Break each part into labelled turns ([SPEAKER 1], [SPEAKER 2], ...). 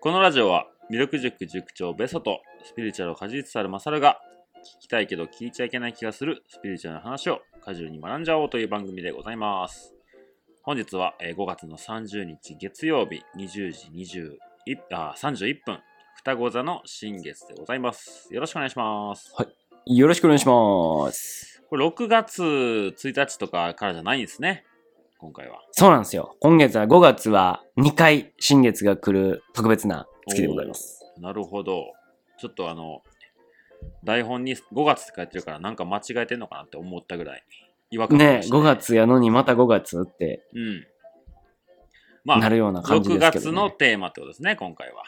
[SPEAKER 1] このラジオは、魅力塾塾長ベソと、スピリチュアルをかじりつつあるマサルが、聞きたいけど聞いちゃいけない気がするスピリチュアルな話をカジュアルに学んじゃおうという番組でございます。本日はえー5月の30日月曜日20時21あ31分、双子座の新月でございます。よろしくお願いします。
[SPEAKER 2] よろしくお願いします。
[SPEAKER 1] これ6月1日とかからじゃないんですね。今回は。
[SPEAKER 2] そうなんですよ。今月は5月は2回新月が来る特別な月でございます。
[SPEAKER 1] なるほど。ちょっとあの、台本に5月って書いてるからなんか間違えてんのかなって思ったぐらい。違和感ありま
[SPEAKER 2] ね
[SPEAKER 1] した
[SPEAKER 2] 5。月やのにまた5月って
[SPEAKER 1] うん。まあ
[SPEAKER 2] な、るような感じ
[SPEAKER 1] 6
[SPEAKER 2] ですけど、
[SPEAKER 1] 月
[SPEAKER 2] ね。
[SPEAKER 1] のテーマってことですね、今回は。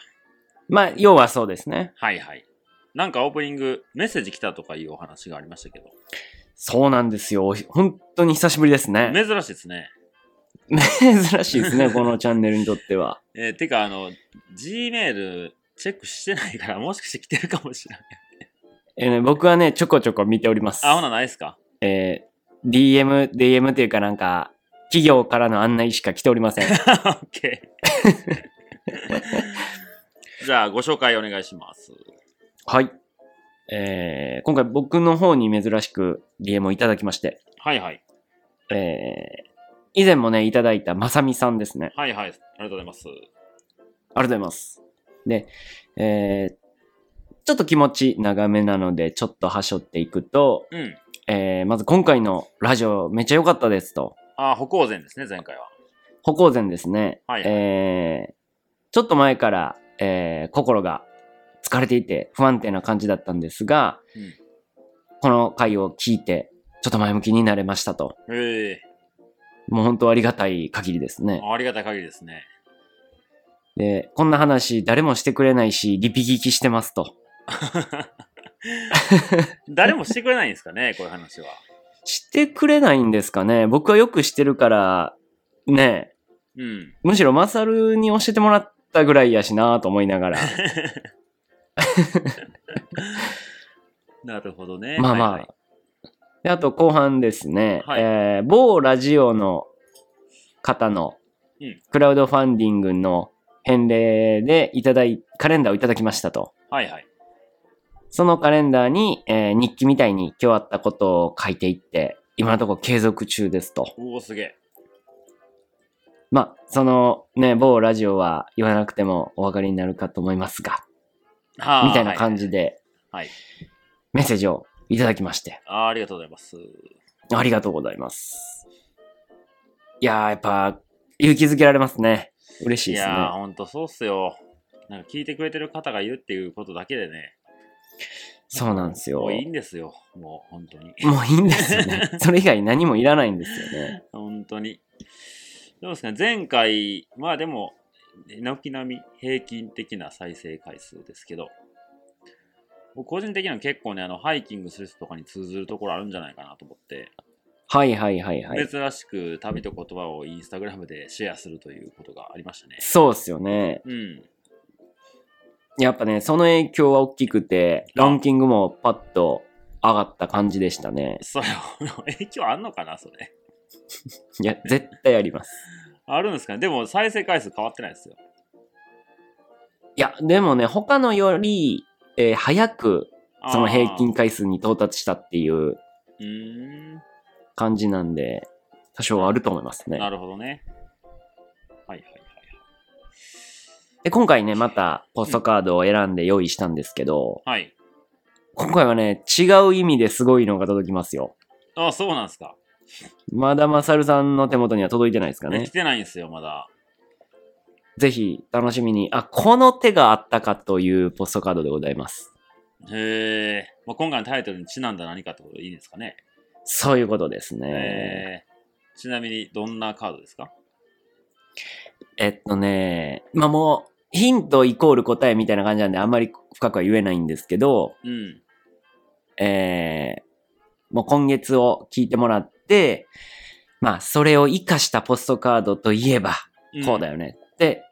[SPEAKER 2] まあ、要はそうですね。
[SPEAKER 1] はいはい。なんかオープニング、メッセージ来たとかいうお話がありましたけど、
[SPEAKER 2] そうなんですよ。本当に久しぶりですね。
[SPEAKER 1] 珍しいですね。
[SPEAKER 2] 珍しいですね、 このチャンネルにとっては。
[SPEAKER 1] えーてか、あの、Gmail チェックしてないから、もしかして来てるかもしれない。
[SPEAKER 2] えーね僕はね、ちょこちょこ見ております。
[SPEAKER 1] あ、ほなないですか
[SPEAKER 2] えー DM、DM っていうかなんか、企業からの案内しか来ておりません。
[SPEAKER 1] オッ ケー。じゃあ、ご紹介お願いします。
[SPEAKER 2] はい。えー今回僕の方に珍しく DM をいただきまして、
[SPEAKER 1] はいはい。
[SPEAKER 2] えー以前もね、いただいたまさみさんですね。
[SPEAKER 1] はいはい。ありがとうございます。
[SPEAKER 2] ありがとうございます。で、えーちょっと気持ち長めなので、ちょっとはしょっていくと、
[SPEAKER 1] うん。
[SPEAKER 2] えーまず今回のラジオめっちゃ良かったですと。
[SPEAKER 1] あ、歩行前ですね、前回は。
[SPEAKER 2] 歩行前ですね。
[SPEAKER 1] はいはい
[SPEAKER 2] えーちょっと前から、えー心が疲れていて不安定な感じだったんですが、
[SPEAKER 1] うん
[SPEAKER 2] この回を聞いて、ちょっと前向きになれましたと。
[SPEAKER 1] ええ
[SPEAKER 2] もう本当ありがたい限りですね。
[SPEAKER 1] ありがたい限りですね。
[SPEAKER 2] で、こんな話誰もしてくれないし、リピ聞きしてますと。
[SPEAKER 1] 誰もしてくれないんですかね、こういう話は。
[SPEAKER 2] してくれないんですかね僕はよくしてるから、ねえ、
[SPEAKER 1] うん。
[SPEAKER 2] むしろマサルに教えてもらったぐらいやしなと思いなが ら。
[SPEAKER 1] なるほどね。
[SPEAKER 2] まあまあ。
[SPEAKER 1] はいはい
[SPEAKER 2] で、あと後半ですね、
[SPEAKER 1] はい
[SPEAKER 2] えー某ラジオの方の
[SPEAKER 1] うん
[SPEAKER 2] クラウドファンディングの返礼でいただい、カレンダーをいただきましたと。
[SPEAKER 1] はいはい。
[SPEAKER 2] そのカレンダーに、えー日記みたいに今日あったことを書いていって、今のところ継続中ですと。
[SPEAKER 1] おお、すげえ。
[SPEAKER 2] まあ、そのね、某ラジオは言わなくてもお分かりになるかと思いますが、
[SPEAKER 1] はあ
[SPEAKER 2] みたいな感じ。で
[SPEAKER 1] はいはい。はい
[SPEAKER 2] メッセージをいただきまして、
[SPEAKER 1] あーありがとうございます。
[SPEAKER 2] ありがとうございます。いやー、やっぱ、勇気づけられますね。嬉しい
[SPEAKER 1] い
[SPEAKER 2] ですね。
[SPEAKER 1] やー、ほんとそうっすよ。なんか聞いてくれてる方がいるっていうことだけでね、
[SPEAKER 2] そうなんですよ。
[SPEAKER 1] も
[SPEAKER 2] も
[SPEAKER 1] う
[SPEAKER 2] う
[SPEAKER 1] いい
[SPEAKER 2] い
[SPEAKER 1] んですよ。もう本当に。
[SPEAKER 2] いんですよ ね。それ以外何もいらないんですよね。
[SPEAKER 1] 本当に。どうですかね、前回、まあでも、軒並み平均的な再生回数ですけど、僕個人的には結構ね、あの、ハイキングする人とかに通ずるところあるんじゃないかなと思って、
[SPEAKER 2] はいはいはいはい。
[SPEAKER 1] 珍しく旅と言葉をインスタグラムでシェアするということがありましたね。
[SPEAKER 2] そうっすよね。
[SPEAKER 1] うん。
[SPEAKER 2] やっぱね、その影響は大きくて、ランキングもパッと上がった感じでしたね。
[SPEAKER 1] それ、 影響あんのかな、それ。
[SPEAKER 2] いや、絶対あります。
[SPEAKER 1] あるんですかね。でも、再生回数変わってないですよ。
[SPEAKER 2] いや、でもね、他のより、えー早く、その平均
[SPEAKER 1] あ
[SPEAKER 2] 回数に到達したっていう
[SPEAKER 1] ー。うーん。
[SPEAKER 2] 感じなんで、多少はあると思いますね。
[SPEAKER 1] なるほどね。はいはいはいはい。
[SPEAKER 2] で、今回ね、またポストカードを選んで用意したんですけど、
[SPEAKER 1] はい。
[SPEAKER 2] 今回はね、違う意味ですごいのが届きますよ。
[SPEAKER 1] あ、そうなんですか。
[SPEAKER 2] まだマサルさんの手元には届いてないですか
[SPEAKER 1] ね、来
[SPEAKER 2] ね。
[SPEAKER 1] てないんですよ、まだ。
[SPEAKER 2] ぜひ楽しみに、あ、この手があったかというポストカードでございます。
[SPEAKER 1] へえ。まあ、今回のタイトルにちなんだ何かってことでいいですかね。
[SPEAKER 2] そういうことです
[SPEAKER 1] え
[SPEAKER 2] ね。
[SPEAKER 1] ー、ちなみに、どんなカードですか
[SPEAKER 2] えっとね、まあもう、ヒントイコール答えみたいな感じなんで、あんまり深くは言えないんですけど、
[SPEAKER 1] うん。
[SPEAKER 2] えー、もう今月を聞いてもらって、まあ、それを活かしたポストカードといえば、
[SPEAKER 1] ん
[SPEAKER 2] こうだ。よねって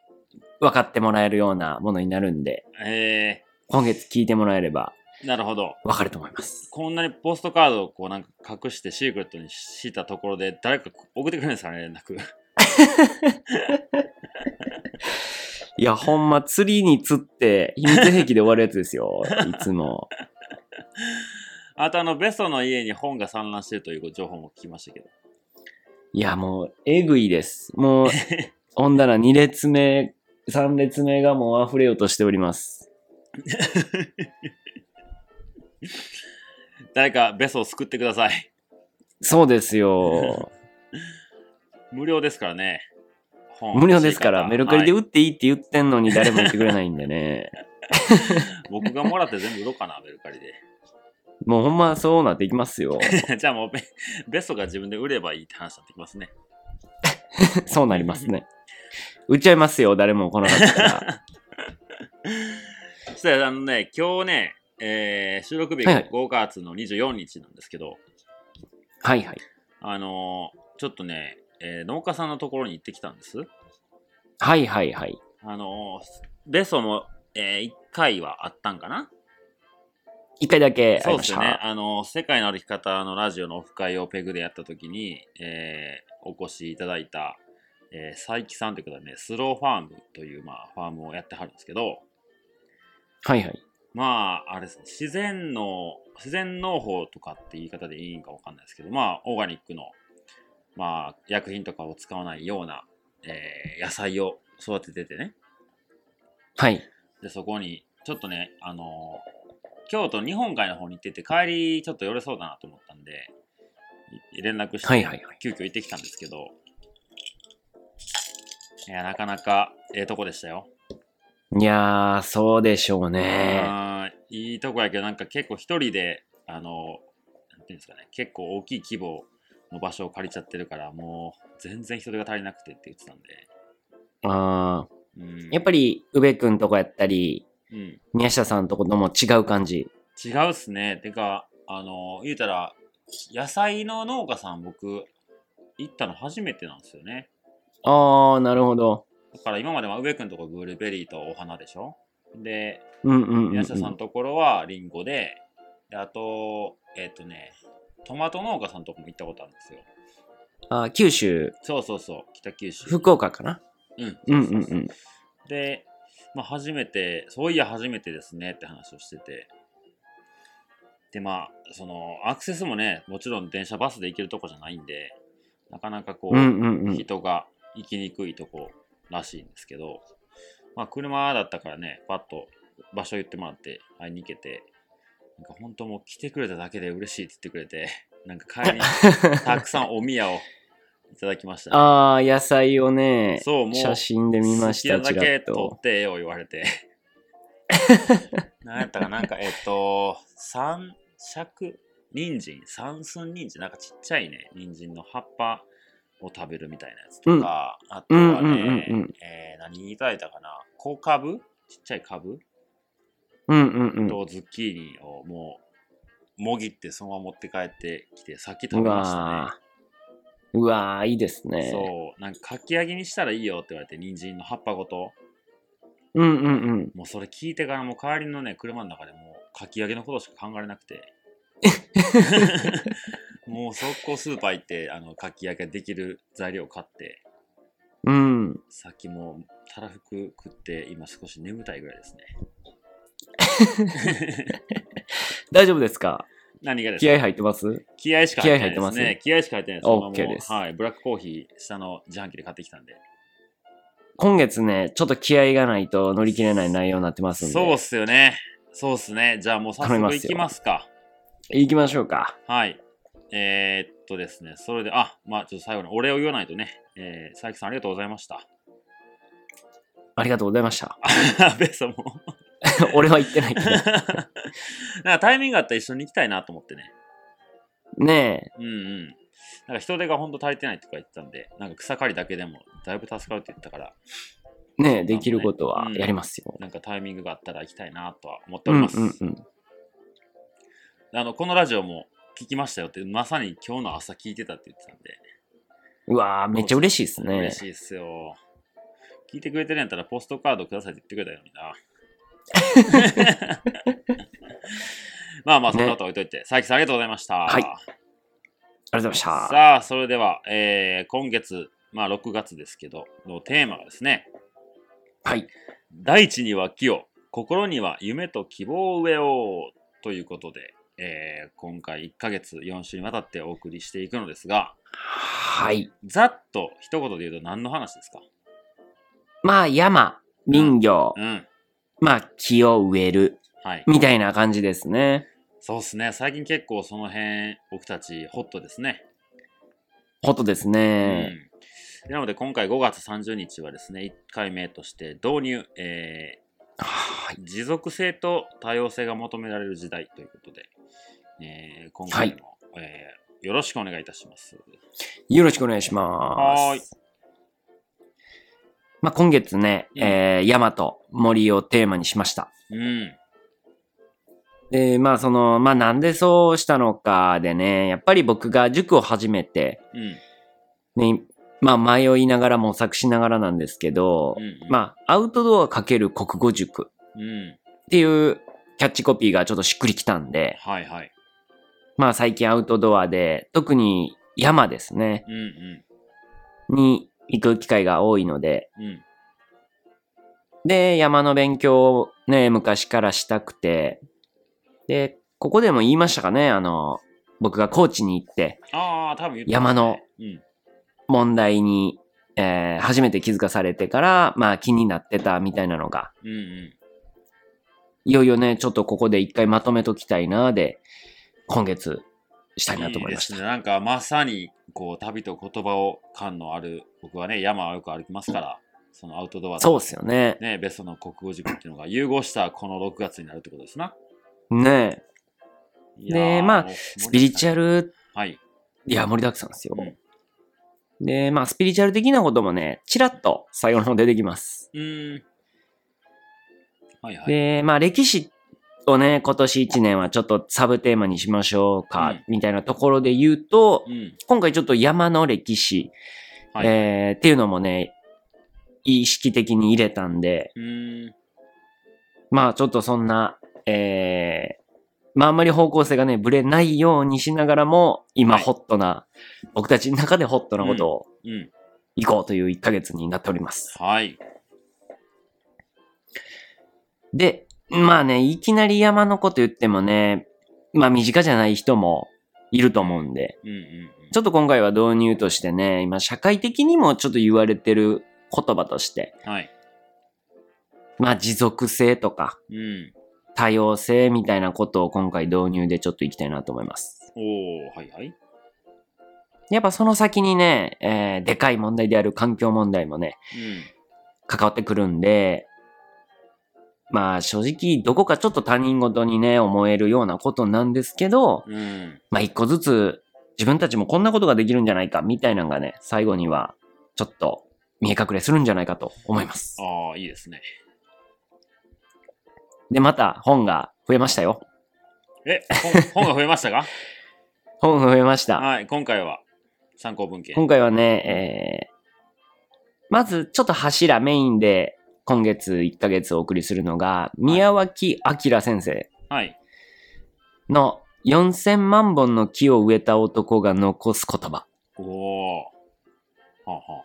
[SPEAKER 2] 分かってもらえるようなものになるんで、
[SPEAKER 1] へえ。
[SPEAKER 2] 今月聞いてもらえれば
[SPEAKER 1] なるほど。
[SPEAKER 2] 分かると思います。
[SPEAKER 1] こんなにポストカードをこうなんか隠してシークレットにしたところで誰か送ってくれるんですかね連絡。
[SPEAKER 2] いや、ほんま、釣りに釣って、秘密兵器で終わるやつです よ。いつも。
[SPEAKER 1] あとあの、ベソの家に本が散乱してるという情報も聞きましたけど。
[SPEAKER 2] いや、もう、えぐいです。もう、 ほんだら2列目、3列目がもう溢れようとしております。
[SPEAKER 1] 誰かベソを救ってください。
[SPEAKER 2] そうですよ。
[SPEAKER 1] 無料ですからね。本
[SPEAKER 2] 無料ですから、
[SPEAKER 1] 欲し
[SPEAKER 2] メ
[SPEAKER 1] い方
[SPEAKER 2] ルカリで
[SPEAKER 1] は
[SPEAKER 2] 売っていいって言ってんのに誰も言ってくれないんでね。
[SPEAKER 1] い僕がもらって全部売ろうかな、メルカリで。
[SPEAKER 2] もうほんまそうなっていきます よ。
[SPEAKER 1] じゃあもうベ、ベソが自分で売ればいいって話になってきますね。
[SPEAKER 2] そうなりますね。売っちゃいますよ、誰も来なかっ たら。
[SPEAKER 1] そしたらあのね、今日ね、えー収録日
[SPEAKER 2] はい
[SPEAKER 1] が
[SPEAKER 2] はい
[SPEAKER 1] 5月の24日なんですけど、
[SPEAKER 2] はいはい。
[SPEAKER 1] あのーちょっとね、えー農家さんのところに行ってきたんです。
[SPEAKER 2] はいはいはい。
[SPEAKER 1] あのーベソも、え1回はあったんかな
[SPEAKER 2] 一回だけ会
[SPEAKER 1] そ
[SPEAKER 2] いうま
[SPEAKER 1] で
[SPEAKER 2] し
[SPEAKER 1] す
[SPEAKER 2] た。
[SPEAKER 1] よね。あのー世界の歩き方のラジオのオフ会をペグでやった時に、えーお越しいただいた、えー佐伯さんという方はね、スローファームという、まあ、ファームをやってはるんですけど、
[SPEAKER 2] はいはい。
[SPEAKER 1] まあ、あれですね、自然の、自然農法とかって言い方でいいんかわかんないですけど、まあ、オーガニックの、まあ、薬品とかを使わないような、えー野菜を育てててね。
[SPEAKER 2] はい。
[SPEAKER 1] で、そこに、ちょっとね、あのー京都日本海の方に行ってて、帰りちょっと寄れそうだなと思ったんで、い連絡して、
[SPEAKER 2] はいはいはい。
[SPEAKER 1] 急遽行ってきたんですけど、いや、なかなか、ええとこでしたよ。
[SPEAKER 2] いやー、そうでしょうね。
[SPEAKER 1] あーいいとこやけどなんか結構一人であのなんていうんですかね結構大きい規模の場所を借りちゃってるからもう全然人手が足りなくてって言ってたんで、
[SPEAKER 2] あ
[SPEAKER 1] うん、
[SPEAKER 2] ーやっぱり、宇部くんとこやったり、
[SPEAKER 1] り、うん、
[SPEAKER 2] 宮下さんとことも違う感じ。
[SPEAKER 1] 違うっすねてかあの言うたら野菜の農家さん僕行ったの初めてなんですよね
[SPEAKER 2] あー、なるほど。
[SPEAKER 1] だから今までは上くんとこブルーベリーとお花でしょで
[SPEAKER 2] うんうんうん、う
[SPEAKER 1] 宮下さんの
[SPEAKER 2] ん。
[SPEAKER 1] ところはリンゴでであとえっ、とねトマト農家さんとこも行ったことあるんですよ
[SPEAKER 2] あー九州、
[SPEAKER 1] そうそうそう、北九州。
[SPEAKER 2] 福岡かな
[SPEAKER 1] うん、
[SPEAKER 2] うんうん。
[SPEAKER 1] そううそうそうんで、まあ、初めて、そういや初めてですねって話をしてて。で、まあ、その、アクセスもね、もちろん電車、バスで行けるとこじゃないんで、なかなかこう、
[SPEAKER 2] うんうんうん。
[SPEAKER 1] 人が行きにくいとこらしいんですけど、まあ、車だったからね、パッと場所言ってもらって、会いに行けて、なんか本当もう来てくれただけで嬉しいって言ってくれて、なんか帰りにたくさんお宮をいただきましたね、
[SPEAKER 2] あー、野菜をね、
[SPEAKER 1] そう、もう、
[SPEAKER 2] 写真で見ました、
[SPEAKER 1] 好き
[SPEAKER 2] ち
[SPEAKER 1] なだ
[SPEAKER 2] ら
[SPEAKER 1] け
[SPEAKER 2] っ
[SPEAKER 1] 撮
[SPEAKER 2] と
[SPEAKER 1] っ。てよ、言われ て。なんやったかなんか、えっと、三尺人参、三寸人参、なんかちっちゃいね、人参の葉っぱを食べるみたいなやつとか、あとはね、
[SPEAKER 2] うんうんうんうん
[SPEAKER 1] えー何いただいたかな、小カブちっちゃいカブ
[SPEAKER 2] うんうんうん。
[SPEAKER 1] とズッキーニをもう、もぎってそのまま持って帰ってきて、さっき食べましたね。
[SPEAKER 2] ーうわー、いいですね。
[SPEAKER 1] そう、なんかかき揚げにしたらいいよって言われて、人参の葉っぱごと。
[SPEAKER 2] うんうんうん。
[SPEAKER 1] もうそれ聞いてからもう帰りのね車の中でもうかき揚げのことしか考えれなくて もう速攻スーパー行ってあのかき揚げできる材料買って
[SPEAKER 2] うん。
[SPEAKER 1] さっきもうたらふく食って今少し眠たいぐらいですね
[SPEAKER 2] 大丈夫ですか
[SPEAKER 1] 何がです
[SPEAKER 2] 気
[SPEAKER 1] か
[SPEAKER 2] 合入ってます
[SPEAKER 1] 気合しか入ってないで
[SPEAKER 2] 気合入っ
[SPEAKER 1] す
[SPEAKER 2] てま
[SPEAKER 1] ね
[SPEAKER 2] す
[SPEAKER 1] 気合しか入ってないですそのまま
[SPEAKER 2] OK です
[SPEAKER 1] はいブラックコーヒー下の自販機で買ってきたんで
[SPEAKER 2] 今月ね、ちょっと気合がないと乗り切れない内容になってますんで。
[SPEAKER 1] そうっすよねそうっすねじゃあもう早
[SPEAKER 2] 頼み
[SPEAKER 1] 速
[SPEAKER 2] ますよ
[SPEAKER 1] 行きますか
[SPEAKER 2] 行きましょうか。
[SPEAKER 1] はい。えーっとですね、それで、あ、まあちょっと最後にお礼を言わないとね、えー、佐伯さんありがとうございました。
[SPEAKER 2] ありがとうございました。
[SPEAKER 1] ベッサも。
[SPEAKER 2] 俺は行ってないけ
[SPEAKER 1] なんかタイミングがあったら一緒に行きたいなと思ってね。
[SPEAKER 2] ど。ね
[SPEAKER 1] うんうん。なんか人手がほんと足りてないとか言ってたんで、なんか草刈りだけでもだいぶ助かるって言ったから、
[SPEAKER 2] え、ねえ、できることはやりますよ。
[SPEAKER 1] なんかタイミングがあったら行きたいなとは思って
[SPEAKER 2] う
[SPEAKER 1] おり
[SPEAKER 2] んう
[SPEAKER 1] ます。
[SPEAKER 2] んうん。
[SPEAKER 1] あの、このラジオも聞きましたよって、まさに今日の朝聞いてたって言ってたんで、
[SPEAKER 2] うわー、めっちゃ嬉しいですね
[SPEAKER 1] 嬉。しいっすよ。聞いてくれてるんやったらポストカードくださいって言ってくれたように な。まあまあ、そんなことは置いといて、佐伯さんありがとうございました。
[SPEAKER 2] はいありがとうございました。
[SPEAKER 1] さあ、それでは、えー今月、まあ6月ですけど、のテーマがですね、
[SPEAKER 2] はい。
[SPEAKER 1] 大地には木を、心には夢と希望を植えようということで、えー今回1ヶ月4週にわたってお送りしていくのですが、
[SPEAKER 2] はい。
[SPEAKER 1] ざっと一言で言うと何の話ですか
[SPEAKER 2] まあ、山、林業、
[SPEAKER 1] うん。
[SPEAKER 2] まあ、木を植える、
[SPEAKER 1] はい。
[SPEAKER 2] みたいな感じですね。
[SPEAKER 1] そうっすね。最近結構その辺、僕たちホットですね。
[SPEAKER 2] ことですね。
[SPEAKER 1] うん、なので今回5月30日はですね、1回目として導入、え
[SPEAKER 2] はい。
[SPEAKER 1] ー持続性と多様性が求められる時代ということで、えー今回も、えーよろしくお願いいたします。
[SPEAKER 2] よろしくお願いします。
[SPEAKER 1] はーい
[SPEAKER 2] まあ、今月ね、
[SPEAKER 1] うん
[SPEAKER 2] えー、山と森をテーマにしました。
[SPEAKER 1] うん。
[SPEAKER 2] で、まあ、その、まあ、なんでそうしたのかでね、やっぱり僕が塾を始めて、
[SPEAKER 1] うん。
[SPEAKER 2] ね、まあ、迷いながら模索しながらなんですけど、
[SPEAKER 1] うん
[SPEAKER 2] まあ、アウトドアかける国語塾
[SPEAKER 1] うん。
[SPEAKER 2] っていうキャッチコピーがちょっとしっくりきたんで、
[SPEAKER 1] はいはい。
[SPEAKER 2] まあ、最近アウトドアで、特に山ですね、
[SPEAKER 1] うんう
[SPEAKER 2] に行く機会が多いので、
[SPEAKER 1] ん。うん。
[SPEAKER 2] で、山の勉強をね、昔からしたくて、で、ここでも言いましたかね、あの、僕が高知に行って、
[SPEAKER 1] ああ、多分言って
[SPEAKER 2] 山の
[SPEAKER 1] うん。
[SPEAKER 2] 問題に、えー初めて気づかされてから、まあ気になってたみたいなのが、
[SPEAKER 1] うんうん。
[SPEAKER 2] いよいよね、ちょっとここで一回まとめときたいな、で、今月したいなと思いまし
[SPEAKER 1] い
[SPEAKER 2] た。
[SPEAKER 1] ですね。なんかまさに、こう、旅と言葉を感のある、僕はね、山はよく歩きますから、そのアウトドアと
[SPEAKER 2] そうっすよね。
[SPEAKER 1] ね、ベストの国語塾っていうのが融合したこの6月になるってことですな。
[SPEAKER 2] ね
[SPEAKER 1] いやー
[SPEAKER 2] でまあ、
[SPEAKER 1] もう
[SPEAKER 2] スピリチュアル、
[SPEAKER 1] はい。
[SPEAKER 2] いや、盛りだくさんですよ。
[SPEAKER 1] うん
[SPEAKER 2] で、まあ、スピリチュアル的なこともね、ちらっと最後の方出てきます。
[SPEAKER 1] うーん。はいはい。
[SPEAKER 2] で、まあ歴史をね、今年1年はちょっとサブテーマにしましょうか、
[SPEAKER 1] うん
[SPEAKER 2] みたいなところで言うと、
[SPEAKER 1] うん。
[SPEAKER 2] 今回ちょっと山の歴史、
[SPEAKER 1] はい。
[SPEAKER 2] えーっていうのもね、意識的に入れたんで、
[SPEAKER 1] うーん。
[SPEAKER 2] まあちょっとそんな、えーまああんまり方向性がね、ぶれないようにしながらも、今
[SPEAKER 1] はい
[SPEAKER 2] ホットな、僕たちの中でホットなことを
[SPEAKER 1] うん。
[SPEAKER 2] 行こうという1ヶ月になっております。
[SPEAKER 1] はい。
[SPEAKER 2] で、まあね、いきなり山のこと言ってもね、まあ身近じゃない人もいると思うんで、
[SPEAKER 1] うんうんうん。
[SPEAKER 2] ちょっと今回は導入としてね、今社会的にもちょっと言われてる言葉として、
[SPEAKER 1] はい。
[SPEAKER 2] まあ持続性とか
[SPEAKER 1] うん。
[SPEAKER 2] 多様性みたいなことを今回導入でちょっといきたいなと思います。
[SPEAKER 1] おー、はいはい。
[SPEAKER 2] やっぱその先にね、えーでかい問題である環境問題もね、関わってくるんで、まあ正直どこかちょっと他人事にね、思えるようなことなんですけど、
[SPEAKER 1] うん。うん。
[SPEAKER 2] まあ一個ずつ自分たちもこんなことができるんじゃないかみたいなのがね、最後にはちょっと見え隠れするんじゃないかと思います。
[SPEAKER 1] ああ、いいですね。
[SPEAKER 2] で、また本が増えましたよ。
[SPEAKER 1] え、 本本が増えましたか
[SPEAKER 2] 本増えました。
[SPEAKER 1] はい、今回は参考文献。
[SPEAKER 2] 今回はね、えー、まずちょっと柱メインで今月1ヶ月お送りするのが、宮脇明先生
[SPEAKER 1] はい。
[SPEAKER 2] の4000万本の木を植えた男が残す言葉。
[SPEAKER 1] おー。はあはあ。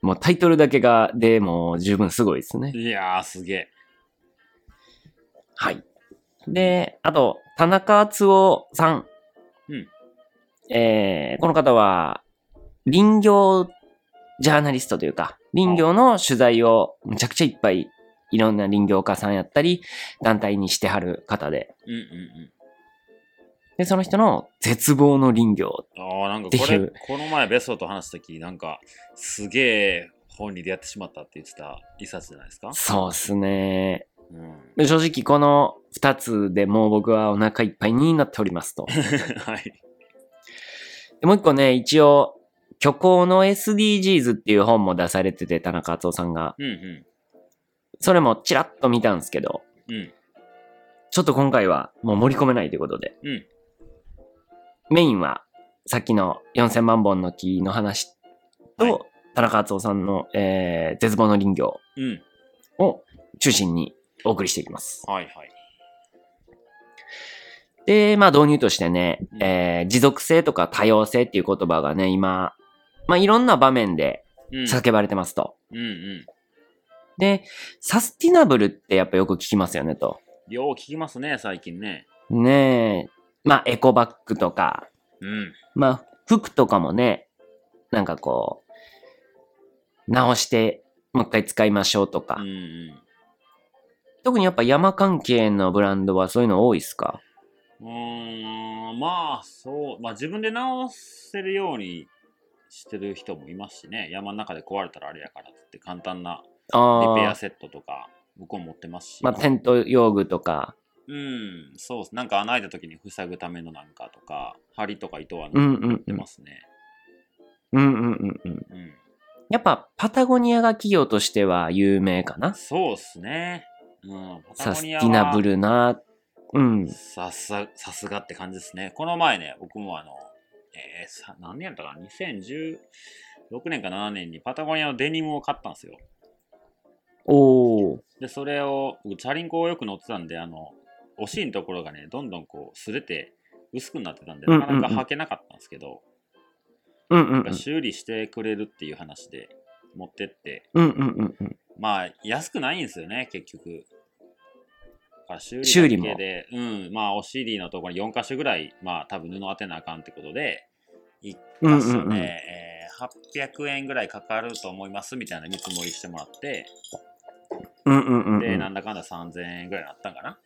[SPEAKER 2] もうタイトルだけが、でもう十分すごいですね。
[SPEAKER 1] いやー、すげえ。
[SPEAKER 2] はい。で、あと、田中敦夫さん。
[SPEAKER 1] うん
[SPEAKER 2] えーこの方は、林業ジャーナリストというか、林業の取材をむちゃくちゃいっぱい、いろんな林業家さんやったり、団体にしてはる方で。
[SPEAKER 1] うんうん
[SPEAKER 2] で、その人の絶望の林業。
[SPEAKER 1] うん。ああ、なんかこ
[SPEAKER 2] って
[SPEAKER 1] れ、
[SPEAKER 2] いう
[SPEAKER 1] この前ベストと話した時なんか、すげえ本に出会ってしまったって言ってた一冊じゃないですか。
[SPEAKER 2] そうですね。
[SPEAKER 1] うん。 は
[SPEAKER 2] 正直この二つでもう僕はお腹いっぱいになってお りますと。
[SPEAKER 1] い。
[SPEAKER 2] でもう一個ね、一応、虚構の SDGs っていう本も出されてて、田中敦夫さんが。
[SPEAKER 1] うんう
[SPEAKER 2] それもちらっと見たんですけど、
[SPEAKER 1] ん。うん。
[SPEAKER 2] ちょっと今回はもう盛り込めないということで、
[SPEAKER 1] うん。
[SPEAKER 2] メインはさっきの4000万本の木の話と、
[SPEAKER 1] はい
[SPEAKER 2] 田中敦夫さんの、えー絶望の林業
[SPEAKER 1] うん。
[SPEAKER 2] を中心にお送りしていきます。
[SPEAKER 1] はいはい。
[SPEAKER 2] で、まあ導入としてね、
[SPEAKER 1] うん
[SPEAKER 2] えー持続性とか多様性っていう言葉がね、今、まあいろんな場面で
[SPEAKER 1] うん。
[SPEAKER 2] 叫ばれてますと。
[SPEAKER 1] うんうん。
[SPEAKER 2] で、サスティナブルってやっぱよく聞きますよねと。
[SPEAKER 1] よう聞きますね、最近ね。
[SPEAKER 2] ねえ。まあ、エコバッグとか、
[SPEAKER 1] うん。
[SPEAKER 2] まあ、服とかもね、なんかこう、直して、もう一回使いましょうとか。
[SPEAKER 1] うんうん。
[SPEAKER 2] 特にやっぱ山関係のブランドはそういうの多いっすか
[SPEAKER 1] うーん、まあ、そう、まあ自分で直せるようにしてる人もいますしね、山の中で壊れたらあれやからっつって、簡単なリ
[SPEAKER 2] あ
[SPEAKER 1] ペア
[SPEAKER 2] あ。
[SPEAKER 1] セットとか、向こう持ってますし、
[SPEAKER 2] まあ、テント用具とか。
[SPEAKER 1] うん、そうっす、なんか穴開いた時に塞ぐためのなんかとか、針とか糸は
[SPEAKER 2] う
[SPEAKER 1] 持
[SPEAKER 2] んうん
[SPEAKER 1] って
[SPEAKER 2] うん
[SPEAKER 1] ま。すね。
[SPEAKER 2] うんうんうんう
[SPEAKER 1] う
[SPEAKER 2] ん。
[SPEAKER 1] ん、
[SPEAKER 2] やっぱパタゴニアが企業としては有名かな。
[SPEAKER 1] そうっすね。うん、
[SPEAKER 2] サスティナブ
[SPEAKER 1] ル。
[SPEAKER 2] ルな。うん。
[SPEAKER 1] さすが、さすがって感じですね。この前ね、僕もあの、えーさ何年やったかな ?2016 年か7年にパタゴニアのデニムを買ったんですよ。
[SPEAKER 2] おー。
[SPEAKER 1] で、それを、僕チャリンコをよく乗ってたんで、あの、お尻のところがね、どんどんこう、擦れて、薄くなってたんで、
[SPEAKER 2] うんうん
[SPEAKER 1] な
[SPEAKER 2] うん
[SPEAKER 1] かなか履けなかったんですけど、
[SPEAKER 2] うんうんうん。
[SPEAKER 1] 修理してくれるっていう話で持ってって、
[SPEAKER 2] うんうんうんうん。
[SPEAKER 1] まあ、安くないんですよね、結局。だから修
[SPEAKER 2] 修理
[SPEAKER 1] 理
[SPEAKER 2] も
[SPEAKER 1] だけで、うん、まあ、お尻のところに4箇所ぐらい、まあ、多分布当てなあかんってことで、1箇所ね、
[SPEAKER 2] うんうんうん
[SPEAKER 1] えー800円ぐらいかかると思いますみたいな見積もりしてもらって、
[SPEAKER 2] うんうんうんうん。
[SPEAKER 1] で、なんだかんだ3000円ぐらいになったんかな。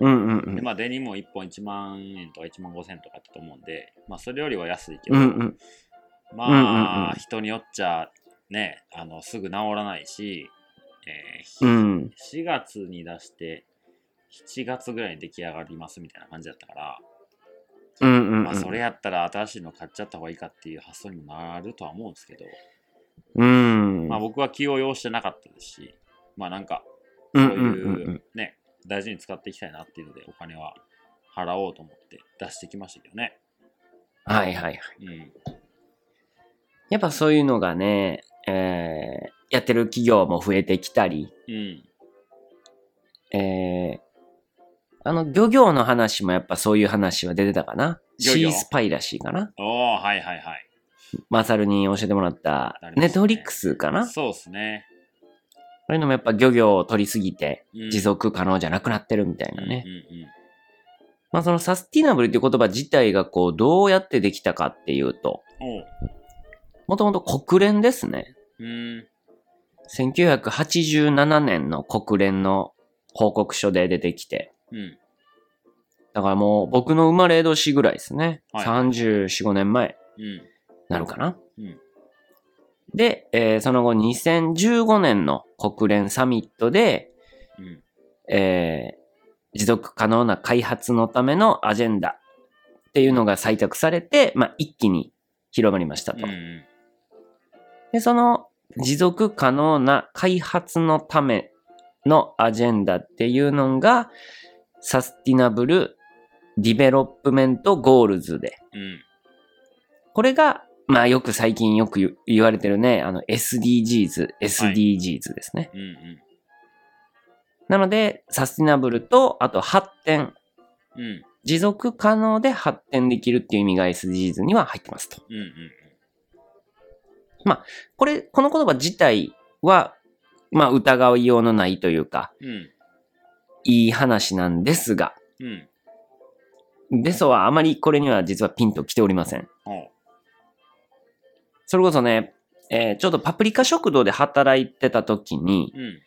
[SPEAKER 2] うんうんう
[SPEAKER 1] で
[SPEAKER 2] ん。
[SPEAKER 1] まあ、デニムも1本1万円とか1万5千円とかだったと思うんで、まあ、それよりは安いけど、
[SPEAKER 2] うんうん。
[SPEAKER 1] ま
[SPEAKER 2] うん
[SPEAKER 1] あ、
[SPEAKER 2] うんうん
[SPEAKER 1] 人によっちゃ、ね、あのすぐ治らないし、え
[SPEAKER 2] う
[SPEAKER 1] ー
[SPEAKER 2] ん。
[SPEAKER 1] 4月に出して、7月ぐらいに出来上がりますみたいな感じだったから、
[SPEAKER 2] うんうんうん。
[SPEAKER 1] まあ、それやったら新しいの買っちゃった方がいいかっていう発想にもなるとは思うんですけど、
[SPEAKER 2] うん。
[SPEAKER 1] まあ、僕は気を要してなかったですし、まあなんか、
[SPEAKER 2] う
[SPEAKER 1] そうんい
[SPEAKER 2] うんうんうん
[SPEAKER 1] うね、大事に使っていきたいなっていうので、お金は払おうと思って出してきましたけどね。
[SPEAKER 2] はいはいはい。
[SPEAKER 1] うん、
[SPEAKER 2] やっぱそういうのがね、えー、やってる企業も増えてきたり、
[SPEAKER 1] うん、
[SPEAKER 2] えー、あの、漁業の話もやっぱそういう話は出てたかな。
[SPEAKER 1] 漁
[SPEAKER 2] シ
[SPEAKER 1] 業
[SPEAKER 2] ースパイらしいかな。
[SPEAKER 1] おー、はいはいはい。
[SPEAKER 2] マサルに教えてもらった
[SPEAKER 1] なり、ますね
[SPEAKER 2] ネットフリックスかな。そ
[SPEAKER 1] そうですね。
[SPEAKER 2] ういうのもやっぱ漁業を取りすぎて、
[SPEAKER 1] うん
[SPEAKER 2] 持続可能じゃなくなってるみたいなね。
[SPEAKER 1] うんうんうん
[SPEAKER 2] まあそのサスティナブルっていう言葉自体がこう、どうやってできたかっていうと、
[SPEAKER 1] おう
[SPEAKER 2] もともと国連ですね。
[SPEAKER 1] うん
[SPEAKER 2] 1987年の国連の報告書で出てきて、
[SPEAKER 1] うん
[SPEAKER 2] だからもう僕の生まれ年ぐらいですね。
[SPEAKER 1] はい
[SPEAKER 2] 34、5年前
[SPEAKER 1] うん
[SPEAKER 2] なるかな。
[SPEAKER 1] うん
[SPEAKER 2] で、えーその後2015年の国連サミットで、
[SPEAKER 1] うん
[SPEAKER 2] えー持続可能な開発のためのアジェンダっていうのが採択されて、まあ一気に広まりました
[SPEAKER 1] うんう
[SPEAKER 2] と。
[SPEAKER 1] ん
[SPEAKER 2] で、その持続可能な開発のためのアジェンダっていうのが、サスティナブルディベロップメントゴールズで。
[SPEAKER 1] うん
[SPEAKER 2] これが、まあよく最近よく言う言われてるね、あの SDGs、SDGs ですね。
[SPEAKER 1] うんうん
[SPEAKER 2] なので、サスティナブルと、あと発展、
[SPEAKER 1] うん
[SPEAKER 2] 持続可能で発展できるっていう意味が SDGs には入ってますと。
[SPEAKER 1] うんうん
[SPEAKER 2] これ、この言葉自体は、まあ疑うようのないというか、
[SPEAKER 1] うん
[SPEAKER 2] いい話なんですが、
[SPEAKER 1] うん
[SPEAKER 2] ベソはあまりこれには実はピンと来ておりません。
[SPEAKER 1] おう
[SPEAKER 2] それこそね、えーちょっとパプリカ食堂で働いてた時に、
[SPEAKER 1] うん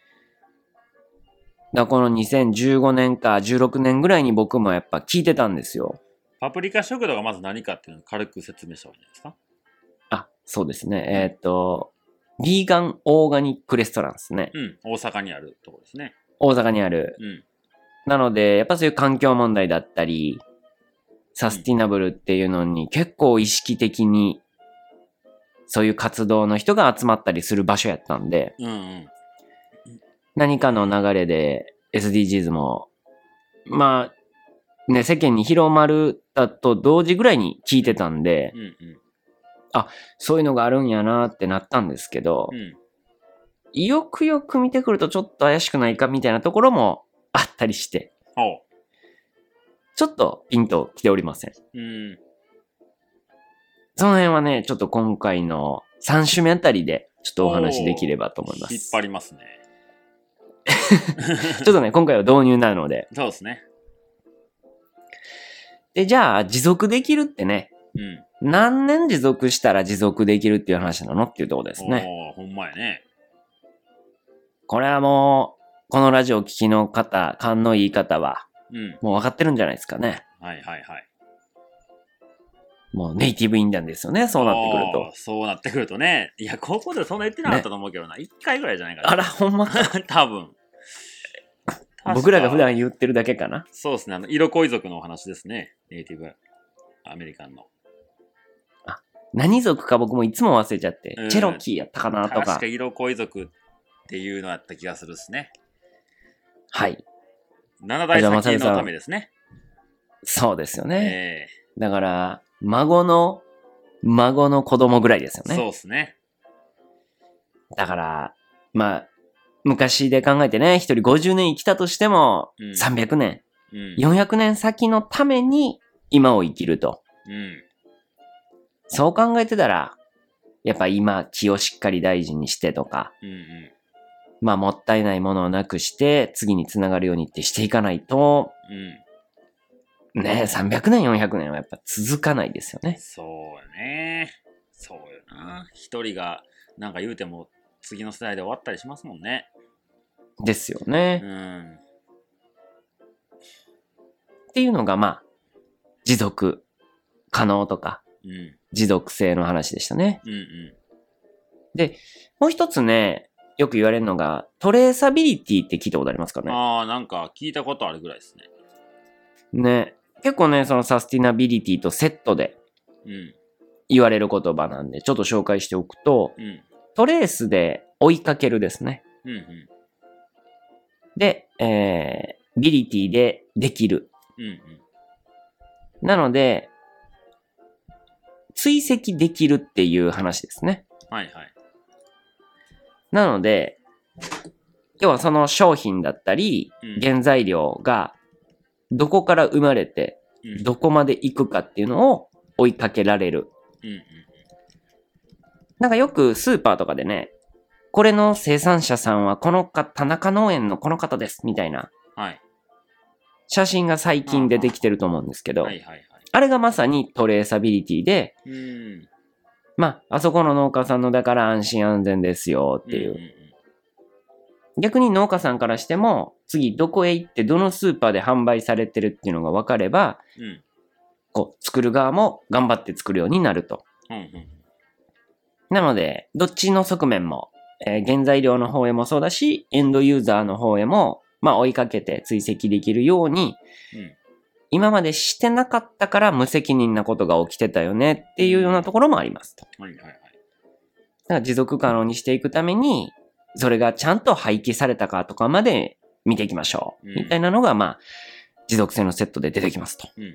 [SPEAKER 2] だからこの2015年か16年ぐらいに僕もやっぱ聞いてたんですよ。
[SPEAKER 1] パプリカ食堂がまず何かっていうのを軽く説明した方がいいんですか
[SPEAKER 2] あ、そうですね。えーっと、ビーガンオーガニックレストランですね。
[SPEAKER 1] うん大阪にあるとこですね
[SPEAKER 2] 大阪にある。
[SPEAKER 1] うん
[SPEAKER 2] なので、やっぱそういう環境問題だったり、サスティナブルっていうのに結構意識的に、そういう活動の人が集まったりする場所やったんで、
[SPEAKER 1] うんうん
[SPEAKER 2] 何かの流れで SDGs も、まあ、ね、世間に広まるだと同時ぐらいに聞いてたんで、
[SPEAKER 1] うんうん
[SPEAKER 2] そういうのがあるんやなってなったんですけど
[SPEAKER 1] う、ん
[SPEAKER 2] よくよく見てくるとちょっと怪しくないかみたいなところもあったりして、
[SPEAKER 1] おう
[SPEAKER 2] ちょっとピンと来ておりません。
[SPEAKER 1] うん
[SPEAKER 2] その辺はね、ちょっと今回の3週目あたりでちょっとお話できればと思います。
[SPEAKER 1] 引っ張りますね。
[SPEAKER 2] ちょっとね、今回は導入なので。
[SPEAKER 1] そうですね。
[SPEAKER 2] で、じゃあ、持続できるってね、
[SPEAKER 1] うん。
[SPEAKER 2] 何年持続したら持続できるっていう話なのっていうところですね。
[SPEAKER 1] おーほんまやね。
[SPEAKER 2] これはもう、このラジオを聞きの方、勘のいい方は、
[SPEAKER 1] うん。
[SPEAKER 2] もう分かってるんじゃないですかね。
[SPEAKER 1] はいはいはい。
[SPEAKER 2] もうネイティブインディアンですよね、そうなってくる
[SPEAKER 1] お
[SPEAKER 2] と
[SPEAKER 1] ー。そうなってくるとね。いや、高校ではそんな言ってなかったと思うけどな。一回ぐらいじゃないかな。
[SPEAKER 2] あら、ほんまか。
[SPEAKER 1] 多分。
[SPEAKER 2] 僕らが
[SPEAKER 1] 確
[SPEAKER 2] 普
[SPEAKER 1] か
[SPEAKER 2] 段言ってるだけかな。
[SPEAKER 1] そうですね。あの、色恋族のお話ですね。ネイティブアメリカンの。
[SPEAKER 2] 何族か僕もいつも忘れちゃって、
[SPEAKER 1] うん
[SPEAKER 2] チェロキーやったかなと
[SPEAKER 1] 確
[SPEAKER 2] か
[SPEAKER 1] か。色恋族っていうのやった気がするですね。
[SPEAKER 2] はい。
[SPEAKER 1] 七代
[SPEAKER 2] じゃあまさ
[SPEAKER 1] 先
[SPEAKER 2] みさん
[SPEAKER 1] のためですね。
[SPEAKER 2] そうですよ
[SPEAKER 1] え
[SPEAKER 2] ね。だから、孫の、孫の子供ぐらいですよ
[SPEAKER 1] えそう
[SPEAKER 2] ね。
[SPEAKER 1] ですね。
[SPEAKER 2] だから、まあ、昔で考えてね、一人50年生きたとしても、
[SPEAKER 1] うん
[SPEAKER 2] 300年、
[SPEAKER 1] うん。
[SPEAKER 2] 400年先のために今を生きると。
[SPEAKER 1] うん。
[SPEAKER 2] そう考えてたら、やっぱ今気をしっかり大事にしてとか、
[SPEAKER 1] うんうん。
[SPEAKER 2] まあもったいないものをなくして、次につながるようにってしていかないと、
[SPEAKER 1] うん。
[SPEAKER 2] ね、300年、400年はやっぱ続かないですよね。
[SPEAKER 1] そうやね。そうよな。一人が、なんか言うても、次の世代で終わったりしますもんね。
[SPEAKER 2] ですよ
[SPEAKER 1] う
[SPEAKER 2] ね。
[SPEAKER 1] ん。
[SPEAKER 2] っていうのが、まあ、持続可能とか、
[SPEAKER 1] うん。うん
[SPEAKER 2] 持続性の話でしたね。
[SPEAKER 1] うん。
[SPEAKER 2] もう一つね、よく言われるのが、トレーサビリティって聞いたことありますかね。
[SPEAKER 1] ああ、なんか聞いたことあるぐらいですね。
[SPEAKER 2] ね。結構ね、そのサスティナビリティとセットで
[SPEAKER 1] うん。
[SPEAKER 2] 言われる言葉なんで、ちょっと紹介しておくと、
[SPEAKER 1] うん。
[SPEAKER 2] トレースで追いかけるですね。
[SPEAKER 1] うんうん。
[SPEAKER 2] で、えー、ビリティでできる。
[SPEAKER 1] うんうん。
[SPEAKER 2] なので、追跡できるっていう話ですね。
[SPEAKER 1] はいはい。
[SPEAKER 2] なので、要はその商品だったり、
[SPEAKER 1] うん
[SPEAKER 2] 原材料がどこから生まれて、
[SPEAKER 1] うん
[SPEAKER 2] どこまで行くかっていうのを追いかけられる。
[SPEAKER 1] うんうん。
[SPEAKER 2] なんかよくスーパーとかでね、これの生産者さんはこのか田中農園のこの方です、みたいな
[SPEAKER 1] はい。
[SPEAKER 2] 写真が最近出てきてると思うんですけど、
[SPEAKER 1] はいはいはい。
[SPEAKER 2] あれがまさにトレーサビリティで、
[SPEAKER 1] うん。
[SPEAKER 2] まあ、あそこの農家さんのだから安心安全ですよっていう。逆に農家さんからしても、次どこへ行ってどのスーパーで販売されてるっていうのが分かれば、
[SPEAKER 1] うん。うん。
[SPEAKER 2] こう、作る側も頑張って作るようになると。
[SPEAKER 1] うんうん。
[SPEAKER 2] なので、どっちの側面も、えー原材料の方へもそうだし、エンドユーザーの方へも、まあ追いかけて追跡できるように、
[SPEAKER 1] うん
[SPEAKER 2] 今までしてなかったから無責任なことが起きてたよねっていうようなところもありますと。
[SPEAKER 1] はいはいはい。
[SPEAKER 2] だから持続可能にしていくために、それがちゃんと廃棄されたかとかまで見ていきましょう。
[SPEAKER 1] うん
[SPEAKER 2] みたいなのが、まあ、持続性のセットで出てきますと。
[SPEAKER 1] うんうん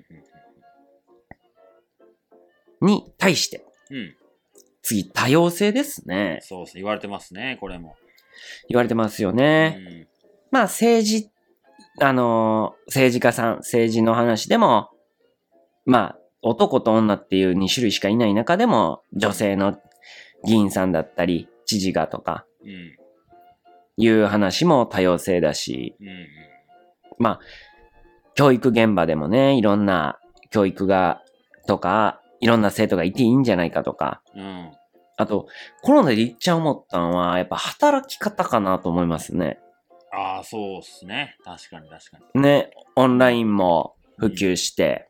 [SPEAKER 2] に対して、
[SPEAKER 1] うん。うん。
[SPEAKER 2] 次、多様性ですね。
[SPEAKER 1] そうそう、言われてますね、これも。
[SPEAKER 2] 言われてますよね。まあ、政治、あのー政治家さん、政治の話でも、まあ、男と女っていう2種類しかいない中でも、女性の議員さんだったり、知事がとか、
[SPEAKER 1] うん。うん。
[SPEAKER 2] いう話も多様性だし、
[SPEAKER 1] うん。うん。
[SPEAKER 2] まあ、教育現場でもね、いろんな教育が、とか、いろんな生徒がいていいんじゃないかとか、
[SPEAKER 1] うん。
[SPEAKER 2] あと、コロナでいっちゃ思ったのは、やっぱ働き方かなと思いますね。
[SPEAKER 1] ああ、そうっすね。確かに確か
[SPEAKER 2] ね、オンラインも普及して、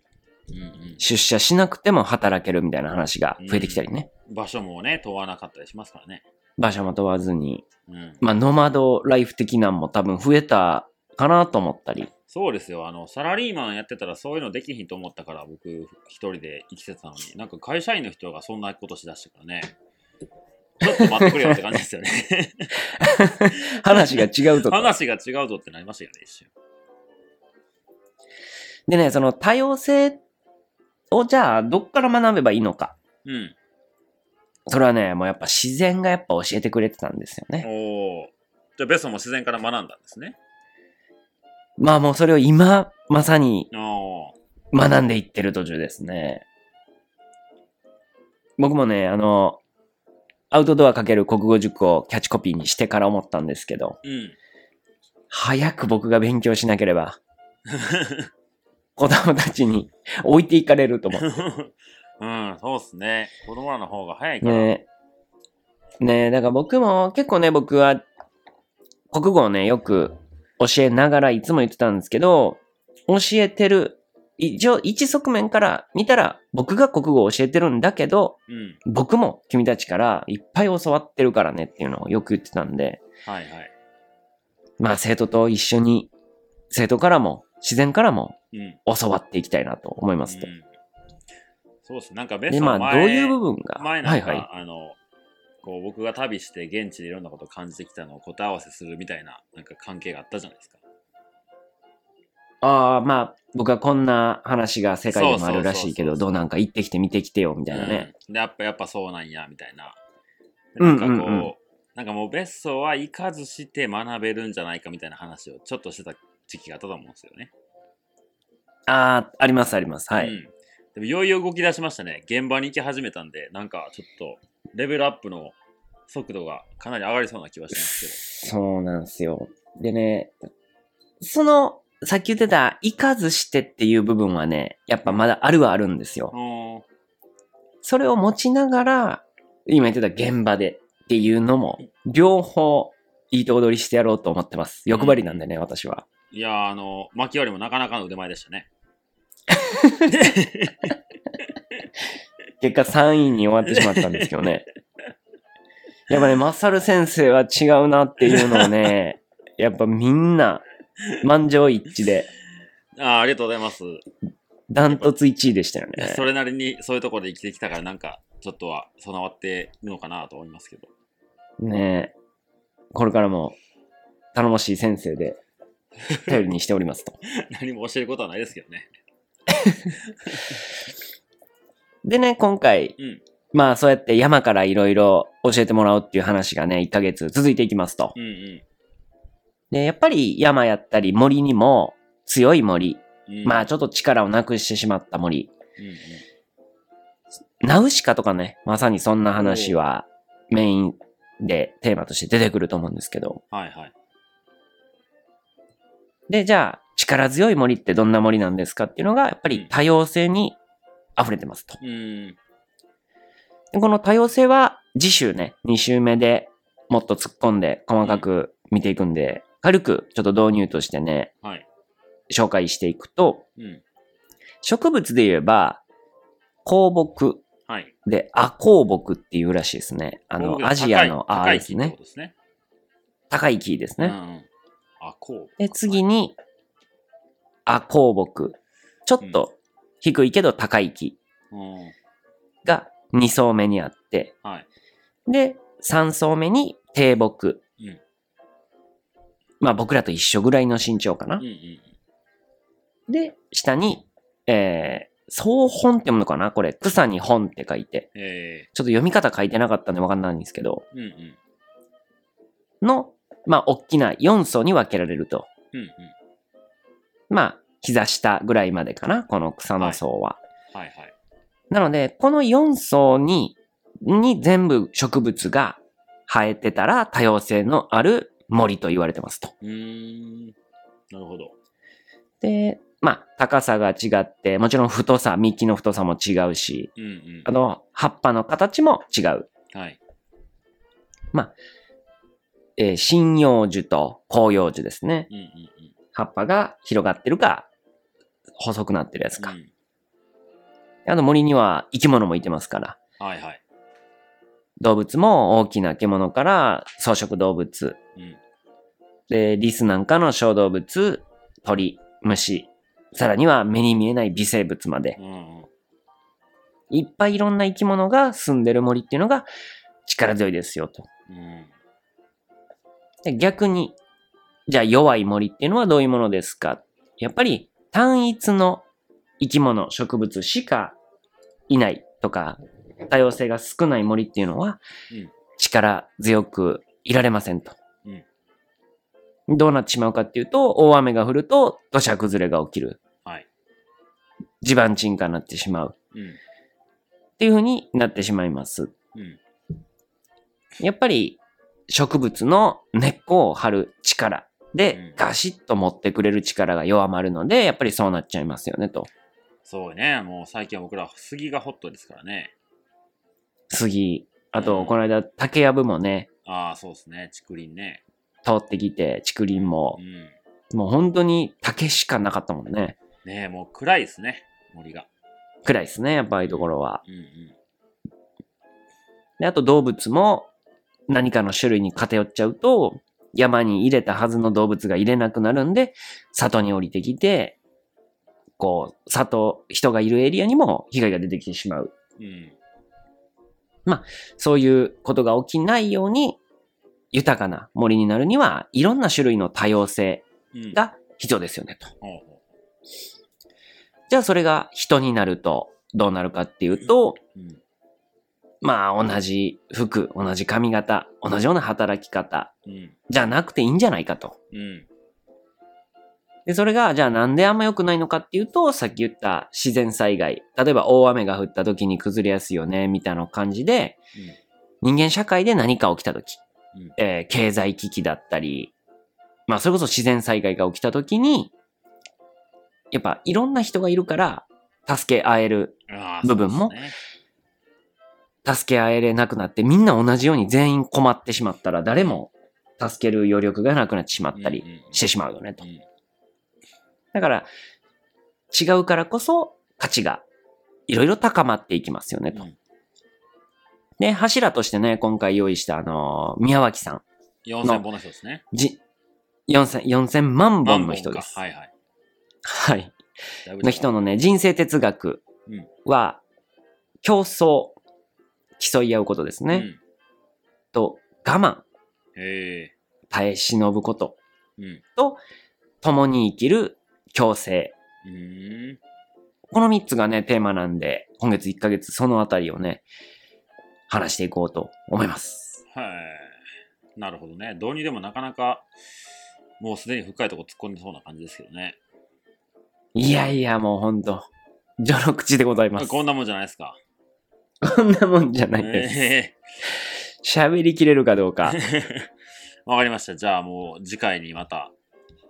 [SPEAKER 1] に。うん
[SPEAKER 2] 出社しなくても働けるみたいな話が増えてきたりね。
[SPEAKER 1] うん。場所もね、問わなかったりしますからね。
[SPEAKER 2] 場所も問わずに。
[SPEAKER 1] うん。
[SPEAKER 2] まあ、ノマドライフ的なんも多分増えたかなと思ったり。
[SPEAKER 1] そうですよ。あの、サラリーマンやってたらそういうのできひんと思ったから、僕、一人で生きてたのに、なんか会社員の人がそんなことしだしたからね。ちょっと待ってくれよって感じ ですよね。
[SPEAKER 2] 話が違うとか。
[SPEAKER 1] 話が違うぞってなりましたよね、一瞬。
[SPEAKER 2] でね、その多様性をじゃあどっから学べばいいのか。
[SPEAKER 1] うん。
[SPEAKER 2] それはね、もうやっぱ自然がやっぱ教えてくれてたんですよね。
[SPEAKER 1] おお。じゃあ、ベソも自然から学んだんですね。
[SPEAKER 2] まあもうそれを今、まさに
[SPEAKER 1] おお。
[SPEAKER 2] 学んでいってる途中ですね。僕もね、あの、アウトドアかける国語塾をキャッチコピーにしてから思ったんですけど、
[SPEAKER 1] うん。
[SPEAKER 2] 早く僕が勉強しなければ、子供たちに置いていかれると思う。
[SPEAKER 1] うん、そうっすね。子供らの方が早いから。
[SPEAKER 2] ねえ。ねえ、だから僕も結構ね、僕は国語をね、よく教えながらいつも言ってたんですけど、教えてる、一応一側面から見たら僕が国語を教えてるんだけど、
[SPEAKER 1] うん。
[SPEAKER 2] 僕も君たちからいっぱい教わってるからねっていうのをよく言ってたんで、
[SPEAKER 1] はいはい。
[SPEAKER 2] まあ生徒と一緒に、生徒からも自然からも
[SPEAKER 1] うん。
[SPEAKER 2] 教わっていきたいなと思いますと
[SPEAKER 1] う。んそうっす。なんかベス
[SPEAKER 2] で、
[SPEAKER 1] ト
[SPEAKER 2] ま
[SPEAKER 1] は
[SPEAKER 2] あ
[SPEAKER 1] 前、
[SPEAKER 2] どういう部分が、
[SPEAKER 1] 前
[SPEAKER 2] は
[SPEAKER 1] なん
[SPEAKER 2] い
[SPEAKER 1] か、
[SPEAKER 2] はい。
[SPEAKER 1] あの、こう僕が旅して現地でいろんなことを感じてきたのを答え合わせするみたいな、なんか関係があったじゃないですか。
[SPEAKER 2] ああ、まあ僕はこんな話が世界でもあるらしいけ
[SPEAKER 1] そ
[SPEAKER 2] ど、
[SPEAKER 1] うそうそうそう
[SPEAKER 2] どうなんか行ってきて見てきてよみたいなね。
[SPEAKER 1] うんでやっぱやっぱそうなんやみたいな。で
[SPEAKER 2] う
[SPEAKER 1] なんんかこう、
[SPEAKER 2] うんうん
[SPEAKER 1] なんかもう別荘は行かずして学べるんじゃないかみたいな話をちょっとしてた時期があったと思うんですよね。
[SPEAKER 2] ああ、ありますあります。はい。
[SPEAKER 1] うんでもいよいよ動き出しましたね。現場に行き始めたんで、なんかちょっとレベルアップの速度がかなり上がりそうな気はします
[SPEAKER 2] そうなんですよ。でね、その、さっき言ってた、行かずしてっていう部分はね、やっぱまだあるはあるんですよ
[SPEAKER 1] け。ど。う ん
[SPEAKER 2] それを持ちながら、今言ってた現場でっていうのも、両方、いいとこ取りしてやろうと思ってます。欲張りなんでね、私は。
[SPEAKER 1] いやーあの、巻き割りもなかなかの腕前でした ね。
[SPEAKER 2] 結果3位に終わってしまったんですけ どね。やっぱね、マサル先生は違うなっていうのをね、やっぱみんな、満場一致で、
[SPEAKER 1] あーありがとうございます。い
[SPEAKER 2] ダントツ1位でしたよ
[SPEAKER 1] や
[SPEAKER 2] ね
[SPEAKER 1] そ。れなりにそういうところで生きてきたから、なんかちょっとは備わってるのかなと思いますけど。
[SPEAKER 2] ねえこれからも、頼もしい先生で、頼りにしておりますと。
[SPEAKER 1] 何も教えることはないですけどね。
[SPEAKER 2] でね、今回、
[SPEAKER 1] うん
[SPEAKER 2] まあそうやって山からいろいろ教えてもらうっていう話がね、1ヶ月続いていきますと。
[SPEAKER 1] うんう
[SPEAKER 2] で、やっぱり山やったり森にも、強い森、
[SPEAKER 1] ん。うん、
[SPEAKER 2] まあちょっと力をなくしてしまった森、
[SPEAKER 1] うんうん、
[SPEAKER 2] ナウシカとかね、まさにそんな話はメインでテーマとして出てくると思うんですけど。
[SPEAKER 1] はいはい。
[SPEAKER 2] で、じゃあ、力強い森ってどんな森なんですかっていうのが、やっぱり多様性に溢れてますと。
[SPEAKER 1] うん。
[SPEAKER 2] でこの多様性は次週ね、2週目でもっと突っ込んで細かく見ていくんで、軽くちょっと導入としてね、
[SPEAKER 1] はい。
[SPEAKER 2] 紹介していくと、
[SPEAKER 1] うん。
[SPEAKER 2] 植物で言えば、香木
[SPEAKER 1] はい。
[SPEAKER 2] で、アコウ木っていうらしいですね。あの、アジアの
[SPEAKER 1] あ
[SPEAKER 2] あ
[SPEAKER 1] れで
[SPEAKER 2] れですす
[SPEAKER 1] ね
[SPEAKER 2] ね。。高い木です
[SPEAKER 1] うんう
[SPEAKER 2] ね。
[SPEAKER 1] ん。あ、こう。
[SPEAKER 2] で、次に、アコウ木。ちょっと低いけど高い木
[SPEAKER 1] うん。
[SPEAKER 2] が2層目にあって、
[SPEAKER 1] はい。
[SPEAKER 2] で、3層目に低木。
[SPEAKER 1] うん
[SPEAKER 2] まあ僕らと一緒ぐらいの身長かな
[SPEAKER 1] うん。うん。
[SPEAKER 2] で、下に、えー、草本って読むのかなこれ、草に本って書いて。
[SPEAKER 1] え
[SPEAKER 2] ちょっと読み方書いてなかったんでわかんないんですけど、
[SPEAKER 1] ー、うんうん。
[SPEAKER 2] の、まあ、大きな4層に分けられると。
[SPEAKER 1] うんうん。
[SPEAKER 2] まあ、膝下ぐらいまでかな、この草の層は。
[SPEAKER 1] はいはい。
[SPEAKER 2] なので、この4層に、に全部植物が生えてたら多様性のある森と言われてますと。
[SPEAKER 1] うーん。なるほど。
[SPEAKER 2] で、まあ、高さが違って、もちろん太さ、幹の太さも違うし、
[SPEAKER 1] うんうん
[SPEAKER 2] あ。の、葉っぱの形も違う。
[SPEAKER 1] はい。
[SPEAKER 2] えー針葉樹と広葉樹ですね。
[SPEAKER 1] うんうんうん。
[SPEAKER 2] 葉っぱが広がってるか、細くなってるやつか。
[SPEAKER 1] うん
[SPEAKER 2] あの森には生き物もいてますから。
[SPEAKER 1] はいはい。
[SPEAKER 2] 動物も大きな獣から草食動物。
[SPEAKER 1] うん。
[SPEAKER 2] で、リスなんかの小動物、鳥、虫。さらには目に見えない微生物まで
[SPEAKER 1] う。んうん。
[SPEAKER 2] いっぱいいろんな生き物が住んでる森っていうのが力強いですよと。
[SPEAKER 1] うん。
[SPEAKER 2] で逆に、じゃあ弱い森っていうのはどういうものですかやっぱり単一の生き物、植物しかいないとか、多様性が少ない森っていうのは
[SPEAKER 1] うん、
[SPEAKER 2] 力強くいられませんと。
[SPEAKER 1] うん
[SPEAKER 2] どうなってしまうかっていうと、大雨が降ると土砂崩れが起きる。
[SPEAKER 1] はい。
[SPEAKER 2] 地盤沈下になってしまう。
[SPEAKER 1] うん。
[SPEAKER 2] っていう風になってしまいます。
[SPEAKER 1] うん。
[SPEAKER 2] やっぱり植物の根っこを張る力
[SPEAKER 1] うん
[SPEAKER 2] でガシッと持ってくれる力が弱まるので、やっぱりそうなっちゃいますよねと。
[SPEAKER 1] そうね。もう最近は僕ら杉がホットですからね。
[SPEAKER 2] 次、あ
[SPEAKER 1] う
[SPEAKER 2] と
[SPEAKER 1] ん
[SPEAKER 2] この間竹やぶもね、
[SPEAKER 1] ああ、そうですね。竹林ね。
[SPEAKER 2] 通ってきて、竹林も
[SPEAKER 1] う、ん。
[SPEAKER 2] もう本当に竹しかなかったもんね。
[SPEAKER 1] ねえ、もう暗いですね。森が。
[SPEAKER 2] 暗いですね、やっぱああいうところは。
[SPEAKER 1] うんうん。
[SPEAKER 2] で、あと動物も何かの種類に偏っちゃうと、山に入れたはずの動物が入れなくなるんで、里に降りてきて、こう、里、人がいるエリアにも被害が出てきてしまう。
[SPEAKER 1] うん。
[SPEAKER 2] そういうことが起きないように、豊かな森になるには、いろんな種類の多様性
[SPEAKER 1] うん。
[SPEAKER 2] が必要ですよね、と。
[SPEAKER 1] ほうほ
[SPEAKER 2] じゃあそれが人になると、どうなるかっていうと、
[SPEAKER 1] う。うん。
[SPEAKER 2] まあ同じ服、同じ髪型、同じような働き方、
[SPEAKER 1] うん。
[SPEAKER 2] じゃなくていいんじゃないかと。
[SPEAKER 1] うん。
[SPEAKER 2] で、それが、じゃあなんであんま良くないのかっていうと、さっき言った自然災害。例えば大雨が降った時に崩れやすいよね、みたいな感じで、人間社会で何か起きた時、
[SPEAKER 1] うん
[SPEAKER 2] えー経済危機だったり、まあそれこそ自然災害が起きた時に、やっぱいろんな人がいるから、助け合える、
[SPEAKER 1] うん。ああ、
[SPEAKER 2] 部分
[SPEAKER 1] そ
[SPEAKER 2] も
[SPEAKER 1] うですね
[SPEAKER 2] 助け合えれなくなって、みんな同じように全員困ってしまったら、誰も助ける余力がなくなってしまったりしてしまうよね、と
[SPEAKER 1] う。んうんうん
[SPEAKER 2] だから、違うからこそ価値がいろいろ高まっていきますよね、と。
[SPEAKER 1] うん
[SPEAKER 2] で、柱としてね、今回用意した、あのー宮脇さん。
[SPEAKER 1] 4000本の人ですね。
[SPEAKER 2] じ、4000、4000万本の人
[SPEAKER 1] 万
[SPEAKER 2] で
[SPEAKER 1] か
[SPEAKER 2] す。
[SPEAKER 1] はいはい。
[SPEAKER 2] はい。
[SPEAKER 1] だいぶ違う
[SPEAKER 2] の人のね、人生哲学は、競争、競い合うことです
[SPEAKER 1] う
[SPEAKER 2] ね。
[SPEAKER 1] ん。
[SPEAKER 2] と、我
[SPEAKER 1] へえ。
[SPEAKER 2] 慢、耐え忍ぶこと、
[SPEAKER 1] うん。
[SPEAKER 2] 共に生きる、共生。
[SPEAKER 1] うーん。
[SPEAKER 2] この3つがね、テーマなんで、今月1ヶ月そのあたりをね、話していこうと思います。
[SPEAKER 1] はい。なるほどね。どうにでもなかなか、もうすでに深いとこ突っ込んでそうな感じですけどね。
[SPEAKER 2] いやいや、もうほんと、序の口でございます。
[SPEAKER 1] こん
[SPEAKER 2] こ
[SPEAKER 1] なもんじゃないですか。
[SPEAKER 2] んなもんじゃないです。
[SPEAKER 1] え
[SPEAKER 2] 喋りきれるかどうか
[SPEAKER 1] え。わかりました。じゃあもう次回にまた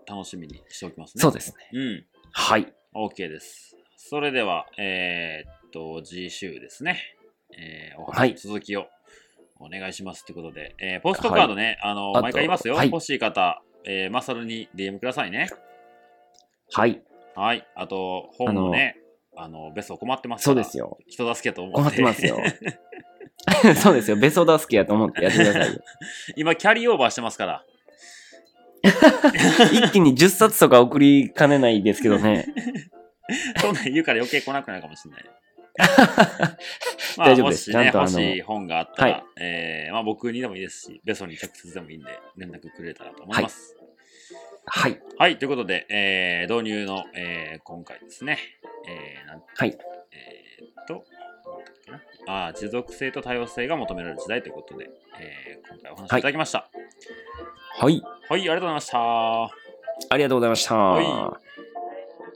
[SPEAKER 1] 楽しみにしておきますね。
[SPEAKER 2] そう
[SPEAKER 1] で
[SPEAKER 2] ですね。
[SPEAKER 1] す。うん。
[SPEAKER 2] はい。
[SPEAKER 1] OK です。それでは、えーっと、次週ですね。えーお
[SPEAKER 2] はい
[SPEAKER 1] 話の続きをお願いしますということで、えーポストカードね、あの
[SPEAKER 2] あと
[SPEAKER 1] 毎回言いますよ。
[SPEAKER 2] はい
[SPEAKER 1] 欲しい方、えーマサルに DM くださいね。
[SPEAKER 2] はい。
[SPEAKER 1] はい。あと、本もね、あの、ベスト困ってますか
[SPEAKER 2] そう
[SPEAKER 1] ら。
[SPEAKER 2] ですよ。
[SPEAKER 1] 人助けと思って。
[SPEAKER 2] 困ってますよ。 そうですよ。ベソダスケやと思ってやってくだ さいよ。
[SPEAKER 1] 今、キャリーオーバーしてますから。
[SPEAKER 2] 一気に10冊とか送りかねないですけどね。
[SPEAKER 1] そんなん言うから余計来なくなるかもしれ ない。まあ、
[SPEAKER 2] 大丈夫です
[SPEAKER 1] もしね、
[SPEAKER 2] ちゃんとあ
[SPEAKER 1] 欲
[SPEAKER 2] の
[SPEAKER 1] しい本があったら、
[SPEAKER 2] はい
[SPEAKER 1] えーまあ、僕にでもいいですし、ベソに直接でもいいんで、連絡くれたらと思います。
[SPEAKER 2] はい。
[SPEAKER 1] はい、ということで、えー導入の、えー今回ですね、えーなん
[SPEAKER 2] はい。
[SPEAKER 1] えーっと、なんだっけなあー持続性と多様性が求められる時代ということで、えー今回お話いただきました。はい、
[SPEAKER 2] は
[SPEAKER 1] あ
[SPEAKER 2] い。
[SPEAKER 1] りがとうございました。
[SPEAKER 2] ありがとうございました。
[SPEAKER 1] はい